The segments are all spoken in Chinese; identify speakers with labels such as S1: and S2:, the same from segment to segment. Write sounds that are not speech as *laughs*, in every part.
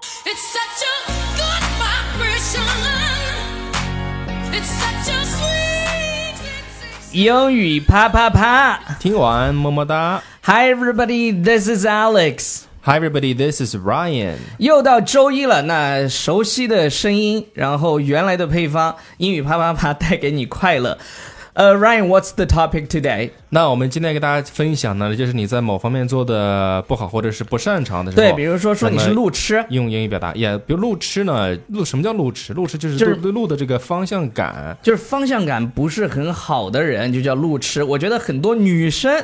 S1: It's such a good vibration. It's such a sweet sensation.
S2: 英语啪啪啪
S3: 听完么么哒。
S2: ！Hi everybody, this is Alex。
S3: Hi everybody, this is Ryan。
S2: 又到周一了，那熟悉的声音，然后原来的配方，英语啪啪啪带给你快乐。呃、r y a n what's the topic today？
S3: 那我们今天给大家分享呢，就是你在某方面做的不好或者是不擅长的时候，
S2: 对，比如说说你是路痴，
S3: 用英语表达，也比如路痴呢，路什么叫路痴？路痴就是
S2: 就是
S3: 对对路的这个方向感。
S2: 就是方向感不是很好的人，就叫路痴。我觉得很多女生，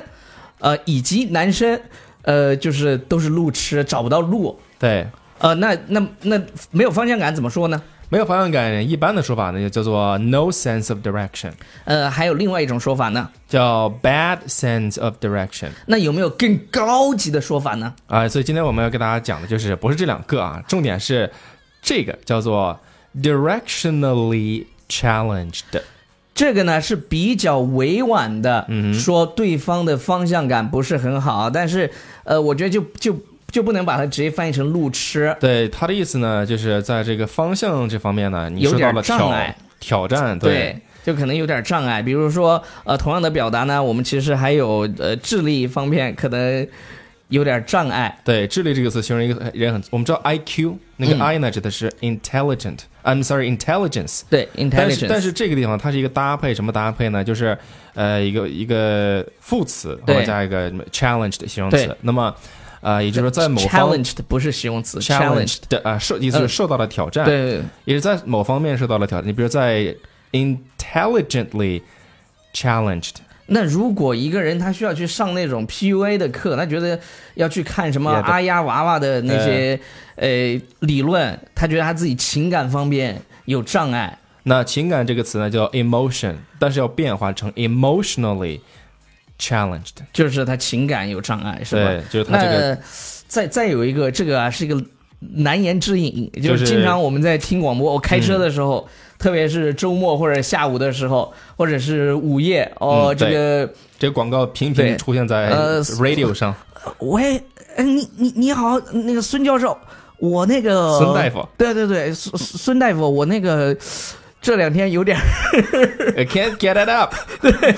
S2: 呃，以及男生，呃，就是都是路痴，找不到路。
S3: 对，
S2: 呃，那那那没有方向感怎么说呢？
S3: 没有方向感，一般的说法呢就叫做 no sense of direction，
S2: 呃，还有另外一种说法呢，
S3: 叫 bad sense of direction。
S2: 那有没有更高级的说法呢？
S3: 啊、所以今天我们要给大家讲的就是不是这两个啊，重点是这个叫做 directionally challenged。
S2: 这个呢是比较委婉的，
S3: 嗯
S2: 说对方的方向感不是很好，但是呃，我觉得就就就不能把它直接翻译成路痴，
S3: 对他的意思呢，就是在这个方向这方面呢，你
S2: 有
S3: 受到
S2: 点
S3: 了
S2: 障
S3: 挑
S2: 碍
S3: 挑战，
S2: 对。就可能有点障碍，比如说，呃，同样的表达呢，我们其实还有呃智力方面可能有点障碍。
S3: 对，智力这个词形容一个人很，我们知道 I Q 那个
S2: 嗯
S3: I 呢指的是 intelligent，I'm sorry intelligence。
S2: 对
S3: 但是但
S2: ，intelligence，
S3: 是这个地方它是一个搭配，什么搭配呢？就是呃一个一个副词，然后
S2: 对
S3: 加一个 challenged 形容
S2: 对
S3: 词。那么呃也就是说在某方
S2: challenged 不是形容词
S3: challenged 的啊受意思是
S2: 呃
S3: 受到了挑战，
S2: 对
S3: 也是在某方面受到了挑战。你比如在 intelligently challenged。
S2: 那如果一个人他需要去上那种 PUA 的课，他觉得要去看什么
S3: 也得
S2: 阿呀娃娃的那些呃理论，他觉得他自己情感方面有障碍。
S3: 那情感这个词呢叫 emotion，但是要变化成 emotionally challenged。
S2: 就是他情感有障碍，是
S3: 对
S2: 吧？，
S3: 就是他
S2: 那
S3: 这个
S2: 再再有一个，这个啊是一个难言之隐，就
S3: 就是是嗯
S2: 经常我们在听广播，我开车的时候，特别是周末或者下午的时候，或者是午夜哦，
S3: 嗯
S2: 这
S3: 对
S2: 个
S3: 这个广告频
S2: 对
S3: 频出现在
S2: 呃 *laughs*
S3: radio 上，
S2: 喂，哎，你你你好，那个孙教授，我那个
S3: 孙大夫
S2: 对对对，孙孙孙大夫，我那个这两天有点，
S3: I can't get it up。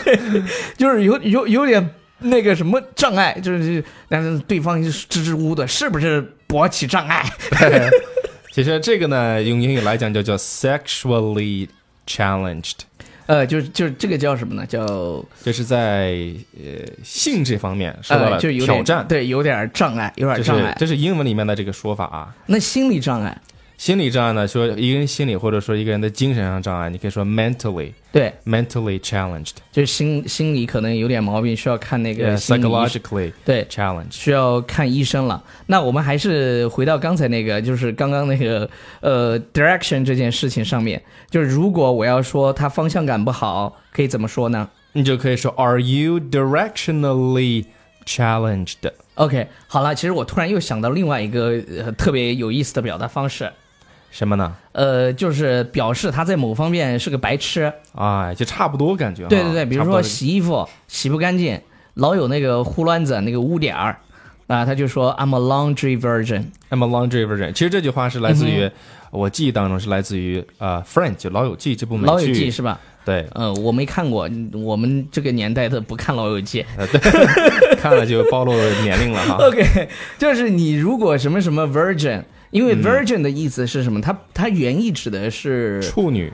S2: *laughs* 就是有有有点那个什么障碍，就是但是对方就是支支吾吾的，是不是勃起障碍？
S3: *laughs* 其实这个呢，用英语来讲就叫 sexually challenged，
S2: 呃，就是就是这个叫什么呢？叫
S3: 就是在呃性这方面受到
S2: 呃，
S3: 了
S2: 就有点
S3: 挑战。
S2: 对，有点障碍，有点
S3: 这
S2: 障
S3: 是
S2: 碍。
S3: 这是英文里面的这个说法啊。
S2: 那心理障碍，
S3: 心理障碍呢，说一个人心理或者说一个人的精神上障碍，你可以说 mentally
S2: 对，
S3: mentally challenged，
S2: 就是心心理可能有点毛病，需要看那个
S3: Yeah,
S2: 心理医生
S3: 呃 psychologically
S2: 对
S3: challenged。
S2: 需要看医生了。那我们还是回到刚才那个，就是刚刚那个呃 direction 这件事情上面。就是如果我要说他方向感不好，可以怎么说呢
S3: 你就可以说 Are you directionally challenged？
S2: ？OK，好了，其实我突然又想到另外一个、呃、特别有意思的表达方式，
S3: 什么呢？
S2: 呃，就是表示他在某方面是个白痴。
S3: 哎，就差不多感觉哈。
S2: 对对对，比如
S3: 差不多
S2: 说洗衣服洗不干净，老有那个呼乱子那个污点儿，啊、他就说 I'm a laundry virgin。
S3: I'm a laundry virgin。其实这句话是来自
S2: 嗯
S3: 于、我记忆当中是来自于呃《Friends》就《老友记》这部美剧。
S2: 老友记是吧？
S3: 对，
S2: 呃，我没看过，我们这个年代的不看《老友记》。
S3: 呃对，看了就暴露年龄了
S2: *laughs*
S3: 哈。
S2: OK，就是你如果什么什么 virgin，因
S3: 嗯
S2: 为 virgin 的意思是什么？它它原意指的是
S3: 处女，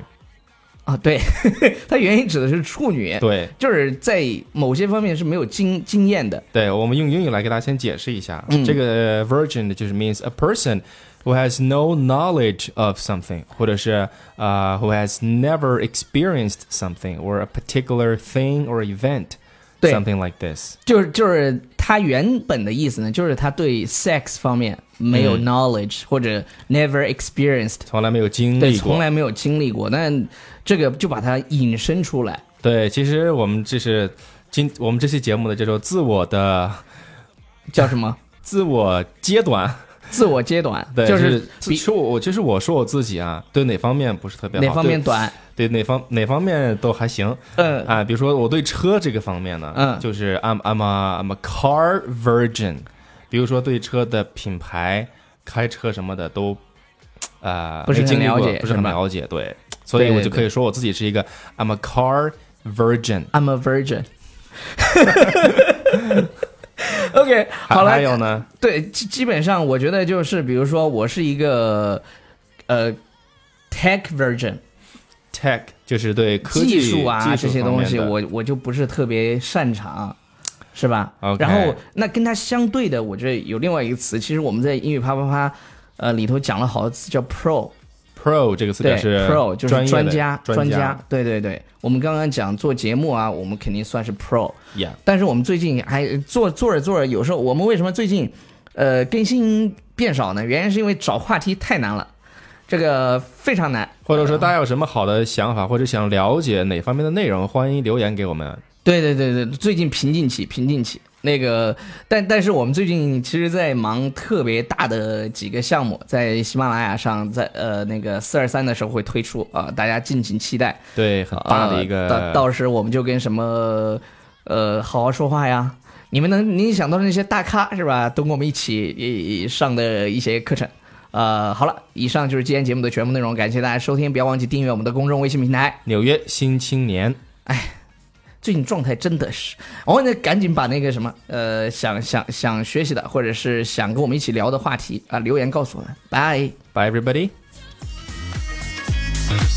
S2: 啊，对， *laughs* 它原意指的是处女，
S3: 对
S2: 就是在某些方面是没有经经验的。
S3: 对，我们用英语来给大家先解释一下，
S2: 嗯
S3: 这个 virgin 就是 means a person who has no knowledge of something，或者是呃、who has never experienced something or a particular thing or event。
S2: 对
S3: Something like this，
S2: 就是就是它原本的意思呢，就是他对 sex 方面没有
S3: 嗯
S2: knowledge、或者 never experienced，
S3: 从来没有经
S2: 对，
S3: 历
S2: 从
S3: 过。
S2: 来没有经历过，但这个就把它引申出来。
S3: 对，其实我们这是今我们这期节目的叫做自我的
S2: 叫什么？
S3: 自我阶段，
S2: 自我揭短，
S3: 对，
S2: 就是比
S3: 其实我我其实我说我自己啊，对哪方面不是特别好，
S2: 哪方面短？
S3: 对哎对哪方哪方面都还行，
S2: 嗯
S3: 啊，比如说我对车这个方面呢，
S2: 嗯
S3: 就是 I'm I'm a I'm a car virgin，比如说对车的品牌、开车什么的都呃
S2: 不是
S3: 没经历
S2: 很了
S3: 过
S2: 解
S3: 不是很
S2: 是吧
S3: 了解，对，所以
S2: 对
S3: 我就可以说我自己是一个 I'm a car virgin。
S2: I'm a virgin 。OK，好了，
S3: 还有呢？
S2: 对，基基本上我觉得就是，比如说我是一个呃 tech virgin，
S3: tech 就是对科
S2: 技
S3: 技
S2: 术啊
S3: 技
S2: 这些
S3: 方面
S2: 东西
S3: 的
S2: 我，我就不是特别擅长，是吧
S3: OK
S2: 然后那跟它相对的，我觉得有另外一个词，其实我们在英语啪啪啪呃里头讲了好多次叫 pro，
S3: pro 这个词
S2: 对
S3: 表示
S2: ，pro 就是
S3: 专业
S2: 专
S3: 的
S2: 家，
S3: 专
S2: 家，对对对，我们刚刚讲做节目啊，我们肯定算是 pro，
S3: ，yeah，
S2: 但是我们最近还做做着做着，有时候我们为什么最近呃更新变少呢？原因是因为找话题太难了，这个非常难。
S3: 或者说大家有什么好的想法，或者想了解哪方面的内容，欢迎留言给我们。
S2: 对对对对，最近瓶颈期，瓶颈期。那个，但但是我们最近其实，在忙特别大的几个项目，在喜马拉雅上，在呃那个四二三的时候会推出啊、大家敬请期待。
S3: 对，很大的一个、
S2: 呃到到时我们就跟什么呃好好说话呀，你们能你想到的那些大咖是吧，都跟我们一起一一上的一些课程。呃，好了，以上就是今天节目的全部内容，感谢大家收听，不要忘记订阅我们的公众微信平台。
S3: 纽约新青年，
S2: 最近状态真的是，哦，那赶紧把那个什么，呃，想想想学习的，或者是想跟我们一起聊的话题啊、留言告诉我们，拜。
S3: bye everybody。
S1: Thank